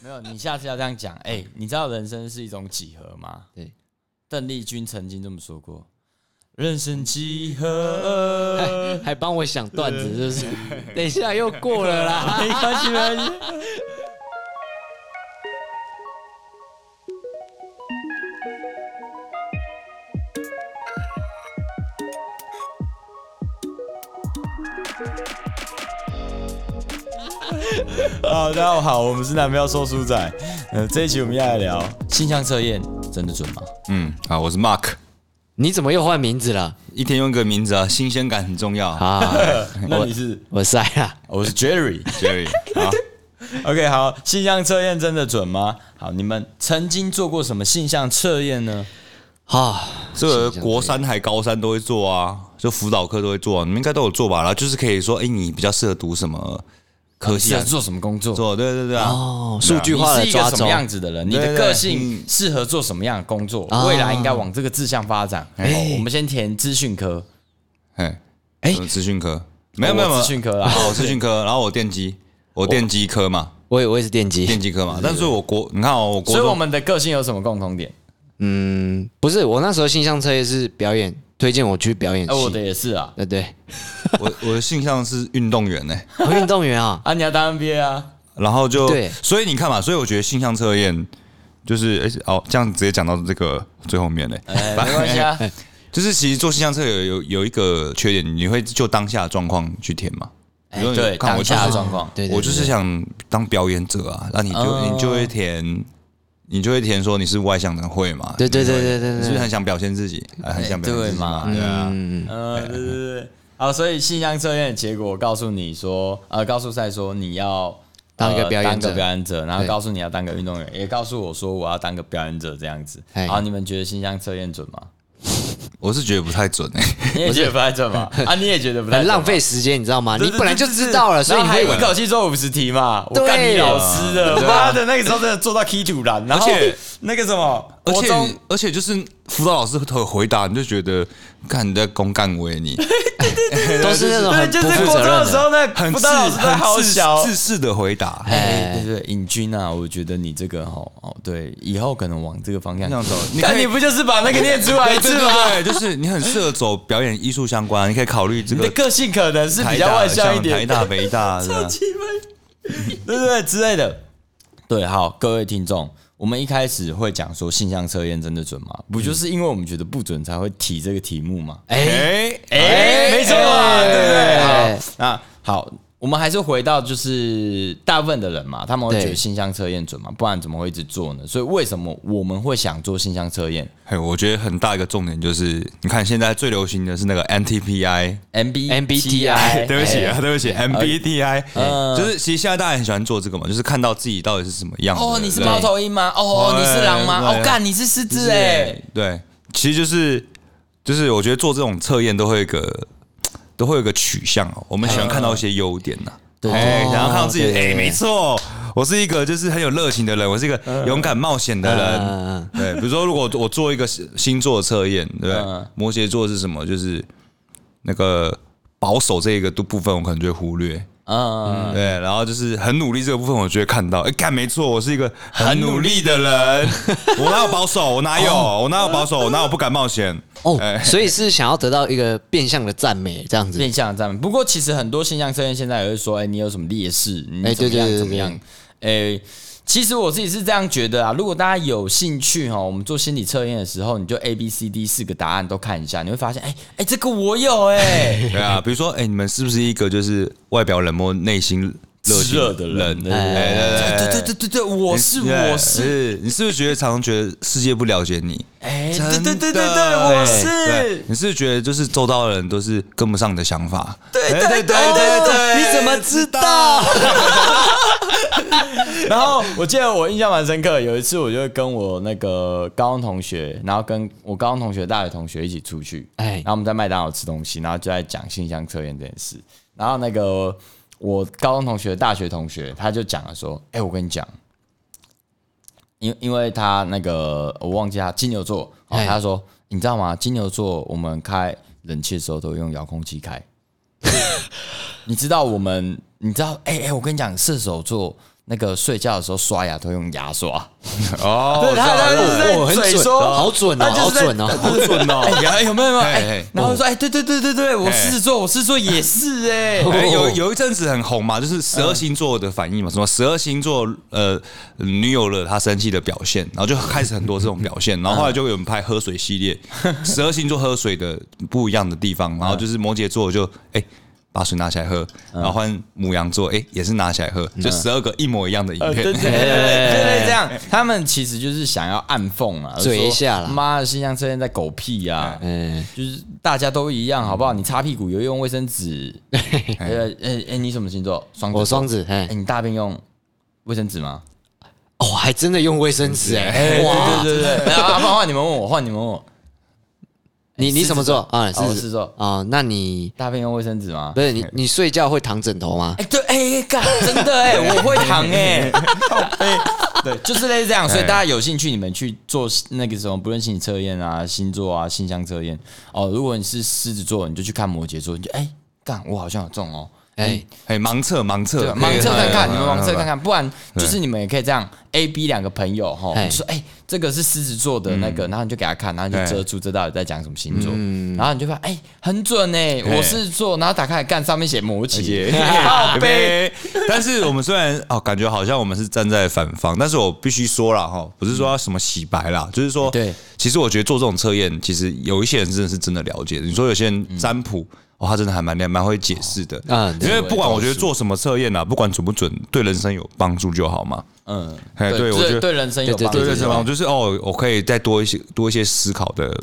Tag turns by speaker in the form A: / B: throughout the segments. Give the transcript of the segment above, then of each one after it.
A: 没有，你下次要这样讲。哎、你知道人生是一种几何吗？
B: 对，
A: 邓丽君曾经这么说过：“人生几何。
B: 还帮我想段子，是不是？等一下又过了啦，没关系，没关系。
A: 好，大家好，我们是男票说书仔。呃，这一期我们要来聊性向测验真的准吗？
C: 嗯，好，我是 Mark，
B: 你怎么又换名字了
C: 一天用一个名字啊，新鲜感很重要。
B: 啊？
A: 那你是？
B: 我塞啦，
A: 我是 Jerry。
C: Jerry，好，啊
A: OK，好，性向测验真的准吗？好，你们曾经做过什么性向测验呢？
B: 啊，
C: 这个国三还高三都会做啊，就辅导课都会做、啊，你们应该都有做吧？然后就是可以说，哎、你比较适合读什么科系
A: 适
C: 啊
A: 合？做什么工作？
C: 做，对对对啊，
B: 哦，数据化的
A: 你是一个
B: 抓
A: 什
B: 周
A: 么，样子的人？你的
C: 对对
A: 个性适合做什么样的工作？未来应该往这个志向发展。哦我们先填资讯科，
C: 哎，
B: 哎
C: 什么资讯科？没有没有，没有
A: 我资讯科啦啊
C: 哦，我资讯科，然后我电机，我电机科嘛，
B: 我也我也是电
C: 电
B: 机，
C: 机科嘛。但是我国，你看哦，我国
A: 哦所以
C: 中
A: 我们的个性有什么共同点？
B: 嗯，不是，我那时候形象测验是表演，推荐我去表演
A: 哎，我
B: 系
A: 的，也是啊，
B: 对对，
C: 我我的性向是运动员呢、
B: 我运动员啊，
A: 啊，你要当 NBA 啊，
C: 然后就
B: 对
C: 所以你看嘛，所以我觉得性向测验就是，哎、哦，这样直接讲到这个最后面嘞、
A: 哎，没关系啊，
C: 就是其实做性向测有有有一个缺点，你会就当下的状况去填嘛。比如说你
A: 哎对，
C: 看我
A: 当
C: 就
A: 下的
C: 是
A: 状况，
B: 对，对
C: 我就是想当表演者啊，那你就
A: 哦
C: 你就会填，你就会填说你是外向的会嘛？
B: 对对对
C: 你就会
B: 对对对
C: 你是不是很想表现自己？啊很想表现自己
A: 对嘛
C: 对啊，
A: 嗯，对对对对，好，所以性向测验的结果告诉你说，呃，告诉赛说你要。
B: 当一个
A: 呃
B: 表演
A: 当个
B: 者
A: 表演者，然后
B: 对
A: 告诉你要当个运动员，也告诉我说我要当个表演者这样子。
B: 哎
A: 好，你们觉得性向测验准吗？
C: 我是觉得不太准哎、
A: 你也觉得不太准嘛？啊，你也觉得不太
B: 很
A: 准吗
B: 浪费时间，你知道吗？
A: 对
B: 你本来就知道了，所以你
A: 然后还
B: 会
A: 一口气做五十题嘛？我
B: 对
A: 干你老师的，
C: 对啊
A: 妈的，那个时候真的做到 key 土然，然后
C: 而且
A: 那个什么，
C: 而
A: 国中
C: 且而且就是辅导老师会回答，你就觉得看你在公干我耶欸你，
B: 都是那种
A: 对，
B: 很
A: 就
B: 不
A: 是
B: 负
A: 国
B: 责
A: 中的
B: 任
A: 时
B: 的。
A: 候，那
C: 很
A: 不
C: 自
A: 当老师都好
C: 很自
A: 小。
C: 自私的回答。
A: 哎，对对，尹君啊，我觉得你这个哦哦，对，以后可能往这个方向
C: 这样走你
A: 但
C: 可以
A: 你不就是把那个念出来一次吗？
C: 对，就是你很适合走表演艺术相关，你可以考虑这
A: 你的
C: 个
A: 个性可能是比较外向一点
C: 台，大、北大， 是吧？
A: 对对对之类的。对，好，各位听众，我们一开始会讲说性向测验真的准吗？不就是因为我们觉得不准才会提这个题目吗？
B: 哎，
C: 哎
A: 哎，没错嘛，
B: 哎
A: 对不对？
B: 哎
A: 好，那好，我们还是回到就是大部分的人嘛，他们会
B: 对
A: 觉得性向测验准嘛，不然怎么会一直做呢？所以为什么我们会想做性向测验
C: 嘿，我觉得很大一个重点就是，你看现在最流行的是那个 NTPI，
A: ？MB 哎
B: MBTI
C: 对不起啊，对不起，MBTI，
A: 嗯
C: 就是其实现在大家很喜欢做这个嘛，就是看到自己到底是什么样子的人。
A: 哦，你是猫头鹰吗？哦，
C: 对
A: 你是狼吗？
C: 对
A: 哦，干，你是狮子哎
C: 对。对，其实就是就是我觉得做这种测验都会有一个都会有一个取向哦，我们喜欢看到一些优点呐、
A: 对
C: 哎
B: 对
C: 想要看到自己
B: 对
C: 的，
B: 对
C: 哎，
B: 对
C: 没错，我是一个就是很有热情的人，我是一个勇敢冒险的人。
B: 嗯，
C: 对，比如说，如果我做一个星座测验，对不对
A: 嗯，
C: 摩羯座是什么？就是那个保守这个部分，我可能就会忽略。
A: 嗯，
C: 对，然后就是很努力这个部分，我就会看到，哎，干没错，我是一个很努力的人，我哪有 保守，我哪有，我哪有保守，我哪有不敢冒险，
B: 哦，所以是想要得到一个变相的赞美，这样子。
A: 变相的赞美。不过其实很多性向测验现在也会说，哎、你有什么劣势？你
B: 哎
A: 怎
B: 对
A: 么样
B: 对对
A: 怎么样
B: 对？
A: 哎、其实我自己是这样觉得啊。如果大家有兴趣哈，我们做心理测验的时候，你就 A、B、C、D 四个答案都看一下，你会发现，哎、哎、这个我有哎、
C: 对啊，比如说，哎，你们是不是一个就是外表冷漠、内心热情
A: 热的人
C: 人哎
A: 对对
C: 对对
A: 对对对，我是
C: 对
A: 我是，
C: 你是不是觉得常常觉得世界不了解你？
A: 哎、
C: 真
A: 对
C: 的哎
A: 对对对对，我是
C: 对，你是不是觉得就是周遭的人都是跟不上你的想法？
A: 对
C: 哎
A: 对对对对你怎么知
C: 道？
A: 然后我记得我印象蛮深刻，有一次我就会跟我那个高中同学，然后跟我高中同学、大学同学一起出去，哎
B: 哎，
A: 然后我们在麦当劳吃东西，然后就在讲性向测验这件事。然后那个我高中同学、大学同学，他就讲了说：“哎、我跟你讲，因因为他那个我忘记他金牛座，哦、
B: 哎
A: 他说你知道吗？金牛座我们开冷气的时候都用遥控器 开。你知道我们，你知道，哎、哎、我跟你讲，射手座那个睡觉的时候刷牙都用牙刷，
C: 哦，
A: 对他他就是在
B: 哦很
A: 嘴
B: 准
A: 说
B: 好准哦
A: 他就是在
B: 好准哦
C: 好准 哦！
A: 哎有没有有没有？
C: 嘿
A: 哎
C: 嘿
A: 然后说哎，对对对对对，我
C: 嘿
A: 狮子座，我狮子座也是 哎，
C: 哎，有有一阵子很红嘛，就是十二星座的反应嘛，什么十二星座呃女友惹他生气的表现，然后就开始很多这种表 现，然后后来就有人拍喝水系列，十二星座喝水的不一样的地方，然后就是摩羯座就哎。把水拿起来喝，
A: 嗯
C: 然后换母羊座，哎，也是拿起来喝，就十二个一模一样的影
A: 对对对对
C: 片。
A: 对对，这样，他们其实就是想要暗讽啊，
B: 嘴一下啦
A: 说妈的，新疆车现在狗屁呀、
B: 嗯，
A: 就是大家都一样，好不好？你擦屁股有用卫生纸，呃呃 哎，你什么星座？双子。
B: 我双子，
A: 哎，
B: 哎，
A: 你大便用卫生纸吗？
B: 哦，还真的用卫生纸，哎，
A: 哎，
B: 哇，
A: 对对对对，啊，不然换你们问我，换你们问我，
B: 你你什么座
C: 哦
B: 啊？
A: 我
B: 是
A: 狮子座
B: 啊？那你
A: 大便用卫生纸吗
B: 不？是你你睡觉会躺枕头吗？
A: 哎，对，哎，干，真的哎，我会糖哎，哎，对，就是类似这样，所以大家有兴趣，你们去做那个什么，不论心理测验啊、星座啊、星象测验哦。如果你是狮子座，你就去看摩羯座，你就哎，干，我好像有中哦，
B: 哎，
C: 哎，盲测盲
A: 对
C: 测，，
A: 盲测看看，
C: 哎
A: 你们盲测看。
C: 哎哎
A: 看，不然就是你们也可以这样，A、B 两个朋友哈，
B: 哎
A: 就说哎，这个是狮子座的那个，然后你就给他看，然后你就遮住这到底在讲什么星座，然后你就发现哎，很准哎，我狮子座，然后打开来干，上面写摩羯， 靠背。
C: 杯。但是我们虽然哦，感觉好像我们是站在反方，但是我必须说了哈，不是说要什么洗白啦，就是说，
A: 嗯对，
C: 其实我觉得做这种测验，其实有一些人真的是真的了解。你说有些人占卜。哦，他真的还蛮厉害蛮会解释的
B: 啊
C: 因为
A: 嗯对
C: 不管我觉得做什么测验啊，不管准不准，对人生有帮助就好嘛。
A: 嗯，
C: 哎对我觉得
A: 对人生有帮助，
C: 对
B: 对
C: 对
B: 对
C: 对，我就是哦，我可以再多一些多一些思考的，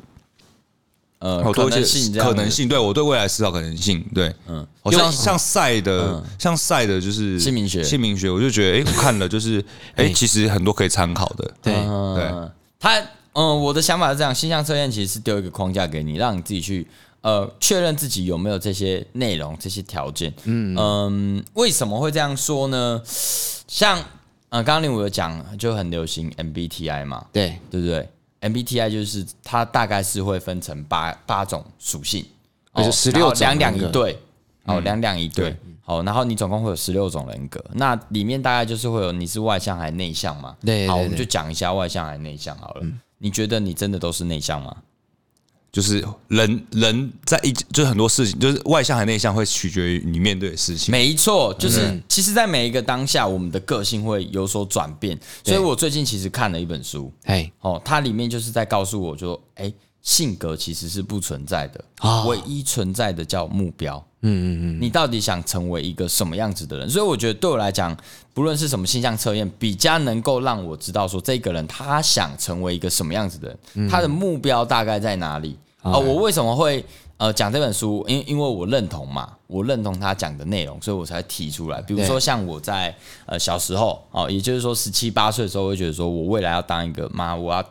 A: 呃，
C: 哦，
A: 可
C: 多
A: 能
C: 一
A: 性
C: 些
A: 这样
C: 可
A: 子
C: 能，性，对我对未来思考可能性，对，嗯，哦、像像赛的，像赛的，就是
A: 姓名嗯学
C: 姓名学，我就觉得，哎、我看了就是， 哎、其实很多可以参考的，
B: 对，
A: 嗯，他，嗯，我的想法是这样，星象测验其实是丢一个框架给你，让你自己去。呃，确认自己有没有这些内容、这些条件。嗯为什么会这样说呢？像呃，刚刚令武有讲，就很流行 MBTI 嘛，
B: 对，
A: 对不对？MBTI 就是它大概是会分成八八种属性，哦
B: 就是16
A: 然后
B: 种
A: 两两一
B: 人格嗯
A: 对，哦，两两一对，好，然后你总共会有十六种人格，那里面大概就是会有你是外向还内向嘛？
B: 对对
A: 好，
B: 对嗯
A: 我们就讲一下外向还内向好了。你觉得你真的都是内向吗？
C: 就是人人在一就是很多事情，就是外向还内向会取决于你面对的事情。
A: 没错，就是
B: 嗯
A: 其实，在每一个当下，我们的个性会有所转变。所以我最近其实看了一本书，
B: 哎，
A: 哦，它里面就是在告诉我就，哎、性格其实是不存在的，
B: 哦
A: 唯一存在的叫目标。
B: 嗯嗯嗯，
A: 你到底想成为一个什么样子的人？所以我觉得对我来讲，不论是什么性向测验，比较能够让我知道说这个人他想成为一个什么样子的人，
B: 嗯
A: 他的目标大概在哪里啊、我为什么会呃讲这本书？因因为我认同嘛，我认同他讲的内容，所以我才提出来。比如说
B: 对
A: 像我在呃小时候哦，也就是说十七八岁的时候，我会觉得说我未来要当一个妈，我要。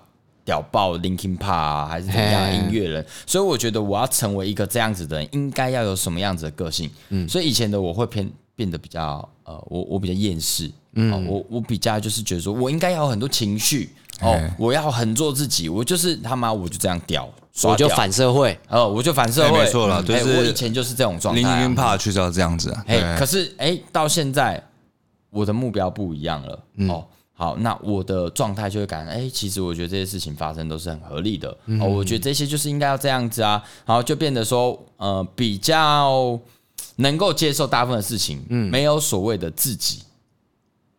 A: 屌爆 Linkin Park 啊，还是怎么样的
B: 嘿
A: 音乐人，所以我觉得我要成为一个这样子的人，应该要有什么样子的个性。嗯，所以以前的我会偏变得比较呃，我我比较厌世，嗯，我我比较就是觉得说我应该要有很多情绪哦，
C: 哎
A: 我要很做自己，我就是他妈我就这样屌，
B: 我
A: 耍
B: 就
A: 屌
B: 反社会，
A: 呃，我就反社会，
C: 哎没错啦
A: 嗯
C: 就是
A: 哎我以前就是这种状态
C: 林
A: 啊、
C: 林怕就是要这样子啊，
A: 哎、
C: 对
A: 可是哎、到现在我的目标不一样了、
C: 嗯
A: 哦。好，那我的状态就会感觉，哎、其实我觉得这些事情发生都是很合理的、
C: 嗯
A: 哦。我觉得这些就是应该要这样子啊，然后就变得说，呃，比较能够接受大部分的事情，
C: 嗯
A: 没有所谓的自己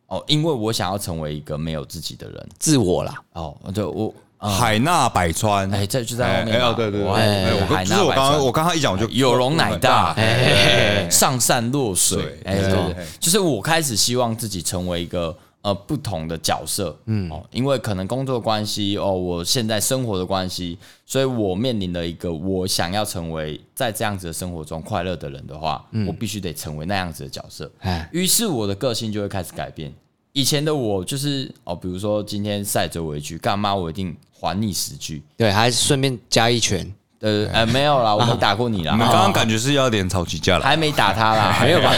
A: 哦，因为我想要成为一个没有自己的人
B: 自我啦，
A: 哦。对我，呃
C: 海纳百川，
A: 哎、这就在后面嘛、
C: 哦对对对，
A: 我还
C: 哎我
A: 海
C: 刚就是
A: 纳
C: 我
A: 百
C: 刚
A: 川
C: 刚我刚刚一讲我就
A: 有容乃大，哎，上善若水
C: 水，
A: 哎，
C: 对
A: 对
C: 对，
A: 就是我开始希望自己成为一个呃不同的角色，嗯，哦，因为可能工作关系，哦，我现在生活的关系，所以我面临了一个我想要成为在这样子的生活中快乐的人的话，我必须得成为那样子的角色，
B: 哎，
A: 于是我的个性就会开始改变。以前的我就是哦，比如说今天晒着我一句，干嘛我一定还你十句。
B: 对，还顺便加一拳，
A: 呃呃，没有啦，我 没打过你啦。
C: 你们刚刚
A: 哦
C: 感觉是要有点吵起架了，
A: 还没打他啦，没有吧？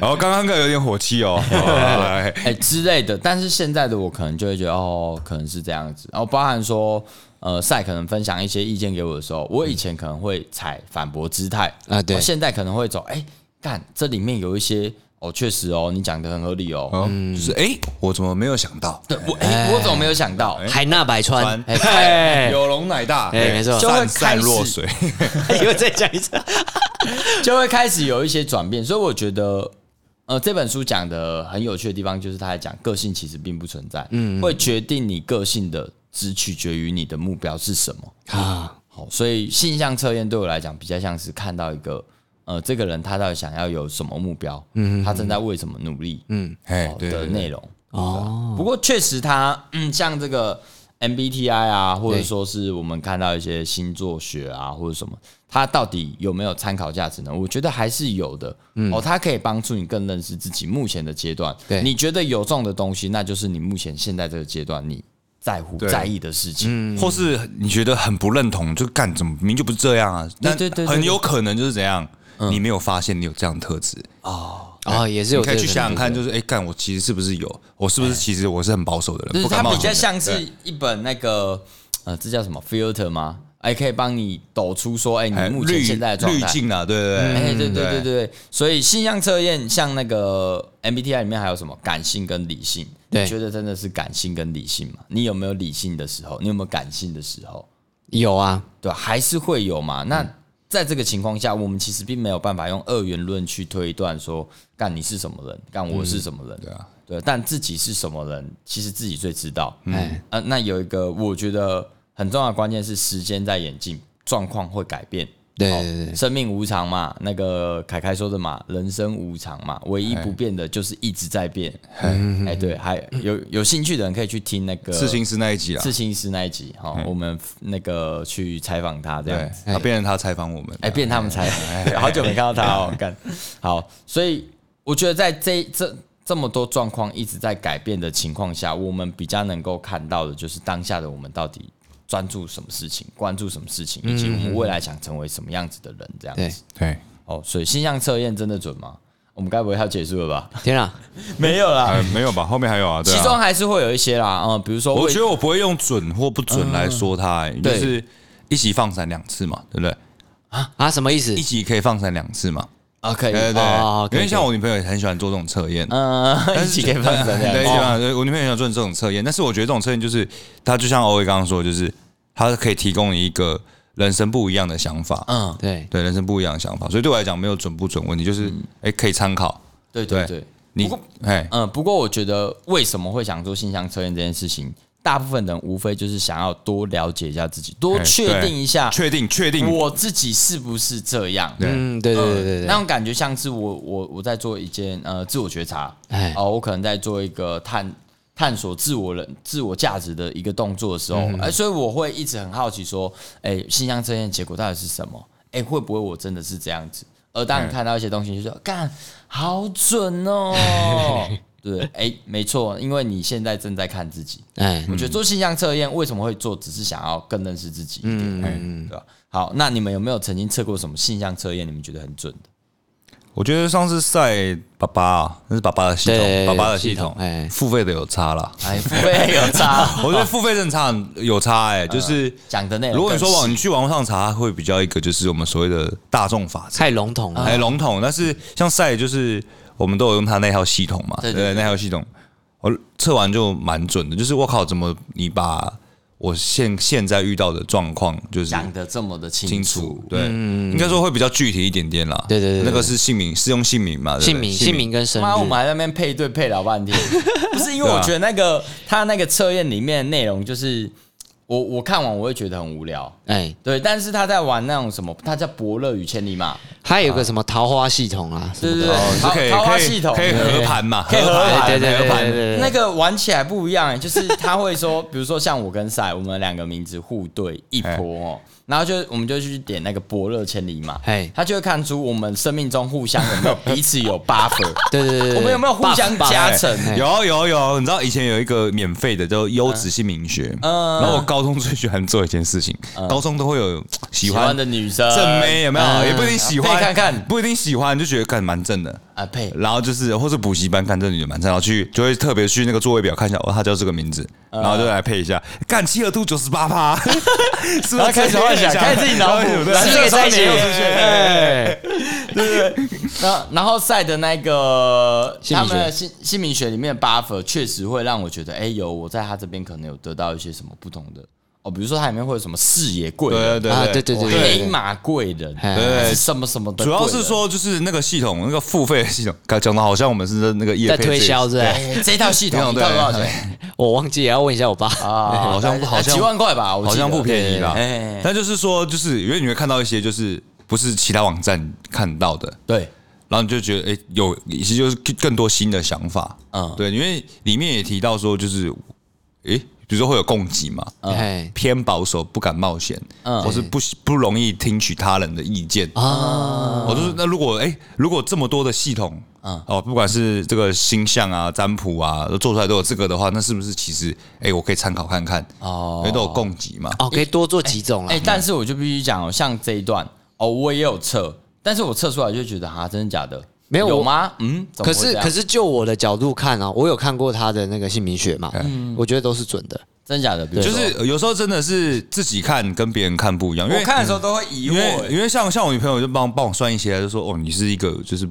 C: 然后刚刚那个有点火 气哦。哎
A: 哎、之类的。但是现在的我可能就会觉得，哦，可能是这样子。然后包含说，呃，赛可能分享一些意见给我的时候，我以前可能会采反驳姿态哦
B: 啊对
A: 我现在可能会走，哎、干这里面有一些。哦，确实哦，你讲的很合理哦。
C: 嗯，就是哎、我怎么没有想到？
A: 对，我哎，我怎么没有想到？
B: 海纳百川
C: 川，
B: 哎，
A: 哎，
C: 有容乃大，
B: 哎没错
A: 就会
C: 散散
A: 开始哦
C: 落水。
B: 又再讲一次，
A: 就会开始有一些转变，所以我觉得，呃，这本书讲的很有趣的地方就是他在讲个性其实并不存在，嗯，会决定你个性的只取决于你的目标是什么。
B: 啊，
A: 好，所以性向测验对我来讲比较像是看到一个，呃，这个人他到底想要有什么目标，嗯，他正在为什么努力，嗯，
C: 哎，对
A: 的
C: 对对，
A: 内容。啊
B: 哦，
A: 不过确实他，嗯，像这个 MBTI 啊，或者说是我们看到一些星座学啊，或者什么，它到底有没有参考价值呢？我觉得还是有的。
C: 嗯
A: 哦，它可以帮助你更认识自己目前的阶段。
B: 对
A: 你觉得有重的东西，那就是你目前现在这个阶段你在乎、
C: 对嗯
A: 在意的事情。
C: 或是你觉得很不认同，就干怎么明明就不是这样啊？但
A: 对嗯对对
C: 很有可能就是怎样，你没有发现你有这样的特质，
B: 哦，也是有
C: 你
B: 这个可
C: 可以
B: 能，
C: 去想想看，就是哎，干我其实是不是有？我是不是其实我是很保守的
A: 哎就
C: 人，
A: 是
C: 不敢
A: 它
C: 冒
A: 比
C: 险
A: 较
C: 的。
A: 像是
C: 对
A: 一本那个呃，这叫什么 filter 吗？哎，可以帮你抖出说，哎，
C: 哎
A: 你目前
C: 滤
A: 现在的状
C: 滤
A: 态。
C: 镜啊，对对对，
A: 哎、对对对对，所以性向测验像那个 MBTI 里面还有什么感性跟理性？
B: 对
A: 你觉得真的是感性跟理性吗？你有没有理性的时候？你有没有感性的时候？
B: 有啊，
A: 对吧，还是会有嘛？那在这个情况下，我们其实并没有办法用二元论去推断说，干你是什么人，干我是什么人，对
C: 啊，
A: 对，但自己是什么人，其实自己最知道。
B: 哎，
A: 呃，那有一个我觉得很重要的关键是时间在演进，状况会改变。
B: 对
A: 哦
B: 对对
A: 生命无常嘛，那个凯凯说的嘛，人生无常嘛，唯一不变的就是一直在变。哎，对，还有有兴趣的人可以去听那个
C: 嗯刺青啊师那一集啦
A: 刺，青师那一集哈，我们那个去采访他这样
C: 对
A: 子。，
C: 他变成他采访我们，
A: 哎，变他们才 好久没看到他
C: 哎
A: 哦，干好，所以我觉得在这这这么多状况一直在改变的情况下，我们比较能够看到的就是当下的我们到底专注什么事情，关注什么事情，以及我们未来想成为什么样子的人，这样
B: 对
A: 子。，
C: 嗯对，
A: 哦，所以星象测验真的准吗？我们该不会要结束了吧？
B: 天啊，
A: 没有啦，
C: 呃，没有吧？后面还有 啊，对
A: 其
C: 啊
A: 中还是会有一些啦，嗯，比如说
C: 我
A: 为
C: 觉得我不会用准或不准来说它、欸，就
A: 嗯对
C: 是一起放闪两次嘛，对不对？
B: 啊，什么意思
C: 一？起可以放闪两次嘛，
A: 啊，可以，
C: 对对对。
B: 哦可以
C: 因为像我女朋友也很喜欢做这种测验，
A: 嗯，
C: 但
A: 一
C: 是
A: 起可以 放生
C: 对，
A: 这
C: 一起
A: 样子。哦
C: 放对我女朋友也喜欢做这种测验，但是我觉得这种测验就是它就像欧威刚刚说的，就是它可以提供你一个人生不一样的想法，
A: 嗯，
B: 对，
C: 对人生不一样的想法，所以对我来讲没有准不准问题，就是哎、可以参考
A: 对对
C: 对
A: 对。
C: 你
A: 嗯不过，
C: 哎，
A: 嗯，不过我觉得为什么会想做性向测验这件事情，大部分人无非就是想要多了解一下自己，多
C: 哎
A: 确定一下
C: 确定确定，
A: 我自己是不是这样。
C: 对
B: 嗯，对对对对
A: 那
B: 对，
A: 种感觉像是我我我在做一件呃自我觉察，
B: 哎，
A: 哦，我可能在做一个探探索自我人、自我价值的一个动作的时候，
B: 嗯
A: 哎、所以我会一直很好奇说，哎、性向测验结果到底是什么？哎、会不会我真的是这样子？而当你看到一些东西，就
B: 嗯
A: 说干好准哦， 对，哎、没错，因为你现在正在看自己。
B: 哎
A: 我，觉
C: 嗯
A: 得做性向测验为什么会做，只是想要更认识自己一点，嗯、对吧？好，那你们有没有曾经测过什么性向测验？你们觉得很准 的？
C: 我觉得上次赛爸爸啊，那是爸爸的系
B: 对
C: 统，爸爸的系
B: 系
C: 统
B: 统，哎
C: 付费的有差啦。
A: 哎，付费有差，哦
C: 我觉得付费正差有差哎、就是
A: 讲的内容更细。
C: 如果你说网，你去网络上查，会比较一个就是我们所谓的大众法则，
B: 太笼统了，
C: 还笼统。但是像赛，就是我们都有用它那套系统嘛，
A: 对
C: 对
A: 对对
C: 那套系统，我测完就蛮准的。就是我靠，怎么你把我现现在遇到的状况就是
A: 讲的这么的清
C: 清楚？对，应该说会比较具体一点点啦。
B: 对对对对
C: 那个是姓名，是用姓名嘛？对不对
B: 姓名、姓名跟生
A: 妈，我
B: 日
A: 们，还在那边配对配老 半天，不是因为
C: 对啊
A: 我觉得那个他那个测验里面的内容，就是我我看完我会觉得很无聊，
B: 哎，
A: 对，但是他在玩那种什么，他叫伯乐与千里马，
B: 还有个什么桃花系统啊，什
A: 对对
B: 么的
A: 对
C: 哦，
A: 桃
C: 是可以
A: 桃花
C: 可以
A: 系统
C: 可以
A: 对
C: 合盘嘛，
A: 可以合盘
B: 对对对
C: 合
B: 对
C: 盘。
B: 对
A: 那
B: 对，
A: 个玩起来不一样、欸，就是他会说，比如说像我跟赛，我们两个名字互对一波哦、然后就我们就去点那个伯乐千里马
B: 嘿，
A: 他就会看出我们生命中互相有没有彼此有 buffer，
B: 对对对对，
A: 我们有没有互
B: buff，
A: 相
B: buff，
A: 加成？
B: 哎
C: 有啊有有，你知道
A: 嗯
C: 以前有一个免费的叫优质姓名学，然后我高中最喜欢做一件事情，高中都会有喜
A: 喜
C: 欢
A: 欢的女生，
C: 正妹有没有？
A: 嗯
C: 也不一定喜欢，
A: 配看看
C: 不一定喜欢，就觉得干蛮正的。
A: 啊配，
C: 然后就是，或是补习班看这女的蛮正，然后去就会特别去那个座位表看一下，哦，她叫这个名字，
A: 嗯
C: 然后就来配一下，干契合度九十 八趴，是不
A: 然
C: 是
A: 后开始幻想，开始自己脑补，
C: 然
A: 蓝
C: 后
A: 色窗
B: 色窗
A: 帘
B: 帘
A: 又
B: 又
A: 出现，
B: 出现
A: 哎对不对？然后然后赛的那个
B: 姓
A: 他
B: 名学
A: 们的姓姓名学里面的 buffer 确实会让我觉得，哎，有我在他这边可能有得到一些什么不同的哦，比如说它里面会有什么视野贵
C: 对
A: 人、
C: 对
B: 啊，
C: 对
B: 对对对对
A: 黑
B: 对，
A: 马贵人，
B: 对
A: 是什么什么的，
C: 主要是。说就是那个系统，那个付费系统，刚讲的好像我们是那个业
B: 在
C: 配
B: 推销是不是？
A: 哎这套系统一套多少钱
B: 我忘记了，要问一下我爸。哎
A: 啊？
C: 好像好像
A: 七万块吧，我记
C: 好
A: 得
C: 像不便宜啦
A: 对哎。
C: 但就是说，就是因为你会看到一些就是不是其他网站看到的，
A: 对，
C: 然后你就觉得哎、诶有其实就是更多新的想法，
A: 嗯
C: 嗯，对，因为里面也提到说就是，哎、比如说会有供给嘛。
B: 哎
C: 偏保守，不敢冒险，
A: 嗯
C: 或是不不容易听取他人的意见
B: 啊，
C: 我就是那如果哎、如果这么多的系统，嗯，哦，不管是这个星象啊、占卜啊，都做出来都有这个的话，那是不是其实哎、我可以参考看看
A: 哦
C: 哦，因为都有供给嘛。
B: 哦，可以多做几种
A: 哎、
B: 了。
A: 但是我就必须讲哦，像这一段哦，我也有测，但是我测出来就觉得哈，真的假的？
B: 没有
A: 有
B: 我啊
A: 吗？嗯，怎么
B: 可
A: 会这
B: 是
A: 样
B: 可是就我的角度看啊，我有看过他的那个姓名学嘛，我觉得都是准的。
A: 真的假的？比如
C: 就
A: 说
C: 是有时候真的是自己看跟别人看不一样，因为
A: 我看欸的时候都会疑
C: 因为
A: 惑，
C: 因为像像我女朋友就帮帮我算一些，就说哦，你是一个就是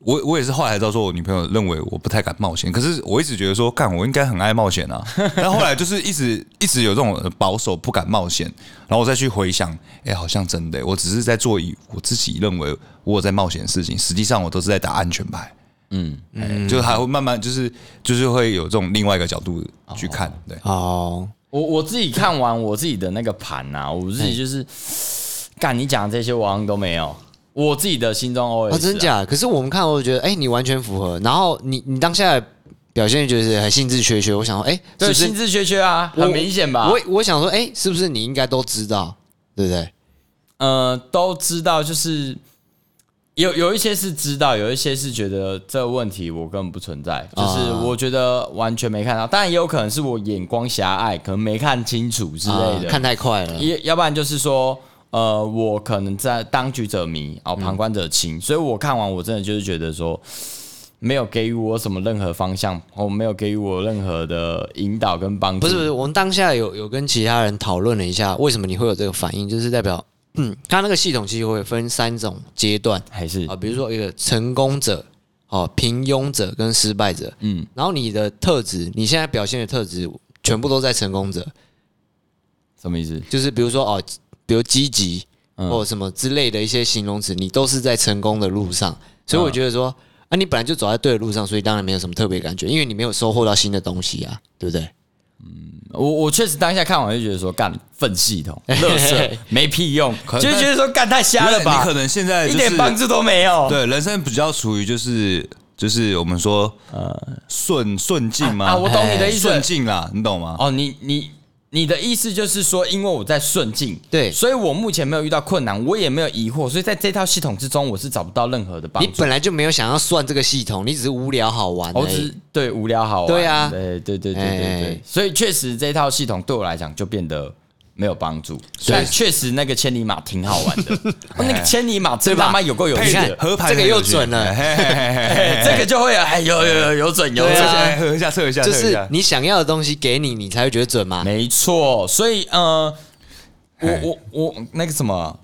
C: 我我也是后来才知道说我女朋友认为我不太敢冒险，可是我一直觉得说干我应该很爱冒险啊，但后来就是一直一直有这种呃保守不敢冒险，然后我再去回想，哎、好像真的、我只是在做以我自己认为我有在冒险的事情，实际上我都是在打安全牌。
A: 嗯，
C: 嗯，就是还会慢慢，就是就是会有这种另外一个角度去看，对，
B: 哦，
A: 我我自己看完我自己的那个盘呐、啊，我自己就是干你讲的这些，我好像都没有，我自己的心中 OS，、啊
B: 哦，真？假？可是我们看，我觉得哎，你完全符合。然后你你当下的表现就是很兴致缺缺。我想说，哎，是
A: 对，
B: 不是
A: 心智缺缺啊，
B: 我
A: 很明显吧？
B: 我我想说，哎，是不是你应该都知道，对不对？
A: 呃，都知道，就是有有一些是知道，有一些是觉得这个问题我根本不存在，就是
B: 啊
A: 我觉得完全没看到。当然也有可能是我眼光狭隘，可能没看清楚之类
B: 啊
A: 的。
B: 看太快了。
A: 也要不然就是说，呃，我可能在当局者迷，
C: 嗯
A: 哦，旁观者清，所以我看完我真的就是觉得说，没有给予我什么任何方向，哦，没有给予我任何的引导跟帮助。
B: 不是不是，我们当下有有跟其他人讨论了一下，为什么你会有这个反应，就是代表，嗯，它那个系统其实会分三种阶段
A: 还是
B: 啊，
C: 哦
B: 比如说一个成功者。哦，平庸者跟失败者，
A: 嗯
B: 嗯，然后你的特质，你现在表现的特质，全部都在成功者，
A: 什么意思？
B: 就是比如说哦，比如积极
A: 嗯
B: 或者什么之类的一些形容词，你都是在成功的路上，所以我觉得说，啊，你本来就走在对的路上，所以当然没有什么特别感觉，因为你没有收获到新的东西啊，对不对？
A: 我我确实当下看完就觉得说，干粪系统，垃 圾没屁用，
C: 可
A: 就觉得说干太瞎了
C: 你
A: 吧
C: 可，能现在、就
A: 一
C: 是、
A: 点帮助都没有。
C: 对，人生比较处于就是就是我们说呃顺顺境嘛
A: 啊啊我懂你的意思
C: 顺境啦，你懂吗？
A: 哦，你你你的意思就是说，因为我在顺境，
B: 对
A: 所以我目前没有遇到困难，我也没有疑惑，所以在这套系统之中，我是找不到任何的帮
B: 你
A: 助。
B: 本来就没有想要算这个系统，你只是无聊好玩
A: 我
B: 而
A: 只是
B: 已。
A: 对无聊好玩，
B: 哎
A: 哎
B: 对啊
A: 对对对对对对
B: 哎
A: 所以确实这套系统对我来讲就变得没有帮助。但确实那个千里马挺好玩的， 哦那个千里马真
B: 对吧
A: 他妈有够有趣
C: 配置
A: 的，
C: 合盘
B: 这个
C: 很有
B: 又
C: 趣
B: 准了
C: 嘿嘿嘿嘿嘿
A: 哎这个就会有哎有有有有准有
B: 对
A: 准
B: 啊。
C: 哎喝一下测一下，
B: 就
C: 测一
B: 是
C: 下
B: 你想要的东西给你，你才会觉得准嘛。
A: 没错，所以呃，
C: 嘿
A: 我我我那个什么，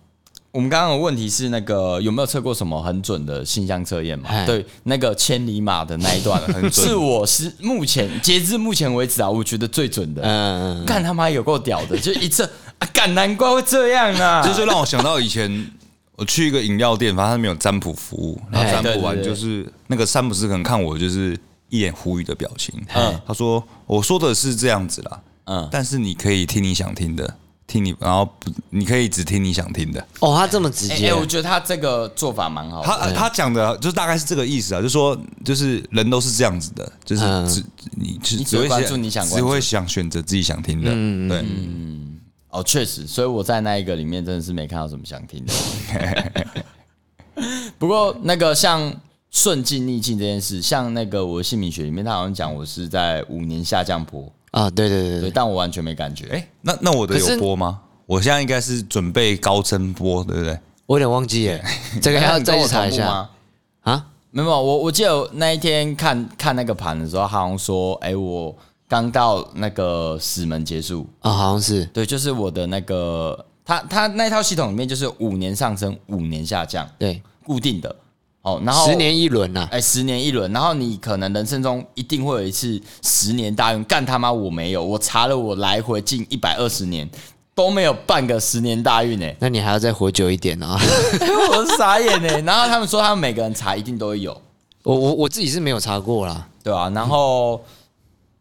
A: 我们刚刚的问题是那个有没有测过什么很准的性向测验嘛？
B: 嘿
A: 对，那个千里马的那一段
C: 很准
A: 是我是目前截至目前为止啊，我觉得最准的。
B: 嗯，
A: 干他妈有够屌的，就一测啊，干难怪会这样啊！
C: 这就让我想到以前。我去一个饮料店，反正他们有占卜服务，然后
A: 哎
C: 占
A: 对
C: 卜
A: 对
C: 完
A: 对
C: 就是那个占卜师可能看我就是一脸狐疑的表情，
A: 嗯
C: 嗯，他说我说的是这样子啦，
A: 嗯
C: 嗯，但是你可以听你想听的，听你，然后不你可以只听你想听的，
B: 哦，他这么直
A: 哎、
B: 接
A: 哎，我觉得他这个做法蛮好的。哎
C: 他他讲的就是大概是这个意思啊，就说就是人都是这样子的，就是
B: 嗯
C: 只你只
A: 你只
C: 只会
A: 关注你想关注嗯
C: 只会想选择自己想听的，对，
A: 哦，确实，所以我在那一个里面真的是没看到什么想听的。 不过那个像顺境逆境这件事，像那个我的姓名学里面，他好像讲我是在五年下降坡，
B: 啊，对对对
A: 对，
B: 对，
A: 但我完全没感觉。
C: 哎，那那我的
B: 可是
C: 有播吗？我现在应该是准备高声波，对不对？
B: 我有点忘 记耶，这个
A: 哎
B: 还
A: 那
B: 要
A: 你跟
B: 再去
A: 我
B: 查
A: 同
B: 一
A: 步
B: 下
A: 吗
B: 啊。
A: 没有，我我记得那一天看看那个盘的时候，他好像说，哎、我刚到那个死门结束，
B: 哦，好像是
A: 对，就是我的那个，他他那套系统里面就是五年上升，五年下降，
B: 对，
A: 固定的。哦，然后
B: 十，年一轮啊呐
A: 哎、。十年一轮，然后你可能人生中一定会有一次十年大运，干他妈我没有，我查了我来回近一百二十年都没有半个十年大运哎、
B: 那你还要再活久一 点啊！
A: 我傻眼哎、然后他们说他们每个人查一定都会有，
B: 我我我自己是没有查过啦，
A: 对啊，然后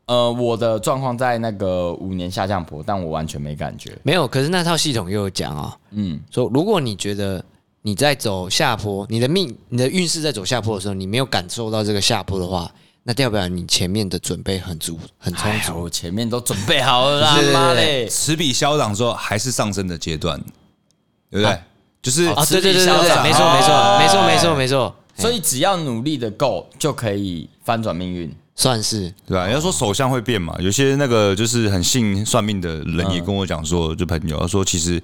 A: 呃，我的状况在那个五年下降坡，但我完全没感觉。
B: 没有。可是那套系统又有讲啊、
A: 嗯，
B: 说如果你觉得你在走下坡，你的命、你的运势在走下坡的时候，你没有感受到这个下坡的话，那代表你前面的准备很足、很充
A: 哎呀，
B: 足。
A: 我前面都准备好了啦
B: 是是，是
A: 妈嘞！
C: 此比消长之后还是上升的阶段，对不对？就是
B: 啊，
A: 此
B: 对对
A: 地
B: 对对
A: 消
B: 对，
A: 长
B: 没错没错
A: 哦
B: 没错没错没错，
A: 所以只要努力的够，就可以翻转命运。
B: 算是
C: 对吧、要说手相会变嘛，有些那个就是很信算命的人也跟我讲说，就朋友他说其实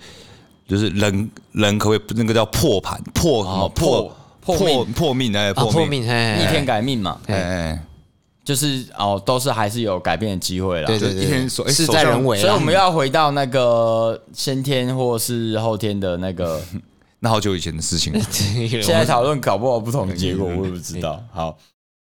C: 就是人人可不可以那个叫破盘破什么破
A: 破破
C: 破
A: 命
C: 破命哎
B: 啊，破
C: 破命
B: 命嘿
A: 逆
B: 嘿
A: 天
B: 嘿，
A: 改命嘛，
C: 哎哎，
A: 就是哦，都是还是有改变的机会啦。
B: 对
C: 就
B: 对
C: 一天
B: 对
C: 手
B: 对，
C: 哎
B: 事
C: 手
B: 在
C: 上
B: 人为啊
A: 所以我
B: 啦。
A: 们要回到那个先天或是后天的那个，
C: 那好久以前的事情了。
A: 现在讨论搞不好不同结果，我也不知道。好，